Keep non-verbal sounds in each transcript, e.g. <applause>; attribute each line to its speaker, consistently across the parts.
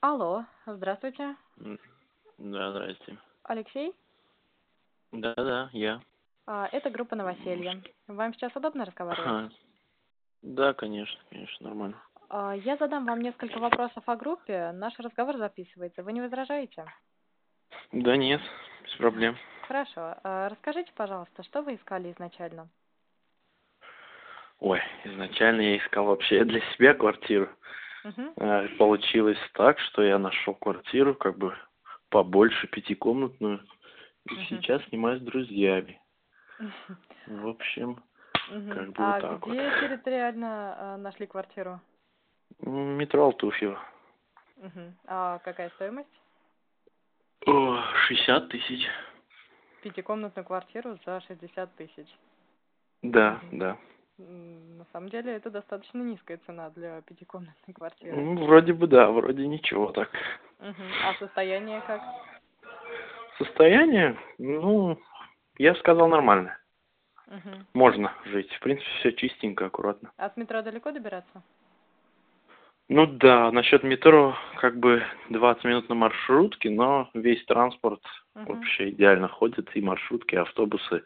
Speaker 1: Алло, здравствуйте.
Speaker 2: М, Да, здрасте.
Speaker 1: Алексей,
Speaker 2: Да-да, я.
Speaker 1: а, это группа «Новоселье». Вам сейчас удобно разговаривать?
Speaker 2: Ага. <laughs> Да, конечно, конечно, нормально.
Speaker 1: А, Я задам вам несколько вопросов о группе. Наш разговор записывается. Вы не возражаете?
Speaker 2: Да нет, без проблем.
Speaker 1: Хорошо. А, Расскажите, пожалуйста, что вы искали изначально?
Speaker 2: Ой, изначально я искал вообще для себя квартиру.
Speaker 1: Мгм.
Speaker 2: А, Получилось так, что я нашел квартиру как бы побольше, пятикомнатную. И
Speaker 1: Мгм.
Speaker 2: сейчас снимаю с друзьями. В общем,
Speaker 1: Мгм.
Speaker 2: Как бы вот
Speaker 1: А
Speaker 2: так вот.
Speaker 1: где территориально а, нашли квартиру?
Speaker 2: м, метро Алтуфьево.
Speaker 1: Мгм. А какая стоимость?
Speaker 2: О, 60 тысяч.
Speaker 1: Пятикомнатную квартиру за 60 тысяч.
Speaker 2: Да, да.
Speaker 1: М, На самом деле это достаточно низкая цена для пятикомнатной квартиры.
Speaker 2: Ну, вроде бы да, вроде ничего так.
Speaker 1: Мгм. А состояние как?
Speaker 2: Состояние, ну, я бы сказал, нормальное.
Speaker 1: Мгм.
Speaker 2: Можно жить. В принципе, все чистенько, аккуратно.
Speaker 1: От А метро далеко добираться?
Speaker 2: Ну да, насчет метро, как бы 20 минут на маршрутке, но весь транспорт
Speaker 1: Мгм.
Speaker 2: вообще идеально ходит, и маршрутки, и автобусы.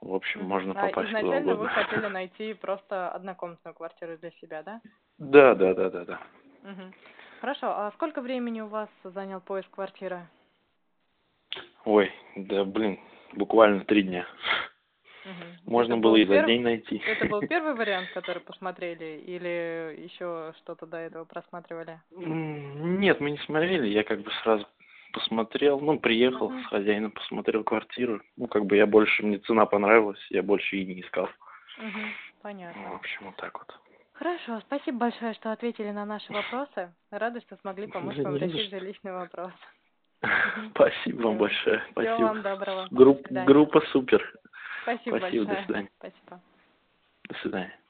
Speaker 2: В общем,
Speaker 1: Мгм.
Speaker 2: можно
Speaker 1: А
Speaker 2: попасть куда
Speaker 1: изначально вы
Speaker 2: угодно. <laughs>
Speaker 1: хотели найти просто однокомнатную квартиру для себя, да?
Speaker 2: Да, да, да, да, да.
Speaker 1: Мгм. Хорошо. А сколько времени у вас занял поиск квартиры?
Speaker 2: Ой, да блин, буквально три дня.
Speaker 1: Мгм.
Speaker 2: Можно
Speaker 1: Это
Speaker 2: было
Speaker 1: был
Speaker 2: и за
Speaker 1: перв-
Speaker 2: день найти.
Speaker 1: <laughs> Это был первый вариант, который посмотрели, или еще что-то до этого просматривали?
Speaker 2: М, Нет, мы не смотрели, я как бы сразу посмотрел, ну, приехал
Speaker 1: Мгм.
Speaker 2: с хозяином, посмотрел квартиру, ну, как бы я больше, мне цена понравилась, я больше и не искал, Ну,
Speaker 1: Мгм.
Speaker 2: в
Speaker 1: Понятно.
Speaker 2: общем, вот так вот.
Speaker 1: Хорошо, спасибо большое, что ответили на наши вопросы. Рада, что смогли помочь
Speaker 2: Да
Speaker 1: вам
Speaker 2: не за
Speaker 1: решить
Speaker 2: что.
Speaker 1: жилищный вопрос. <laughs>
Speaker 2: <laughs> Спасибо вам
Speaker 1: Всё.
Speaker 2: большое,
Speaker 1: Всего вам
Speaker 2: спасибо.
Speaker 1: доброго.
Speaker 2: Групп-
Speaker 1: До свидания.
Speaker 2: Группа супер,
Speaker 1: Спасибо
Speaker 2: спасибо, до
Speaker 1: большое.
Speaker 2: свидания.
Speaker 1: Спасибо.
Speaker 2: до свидания.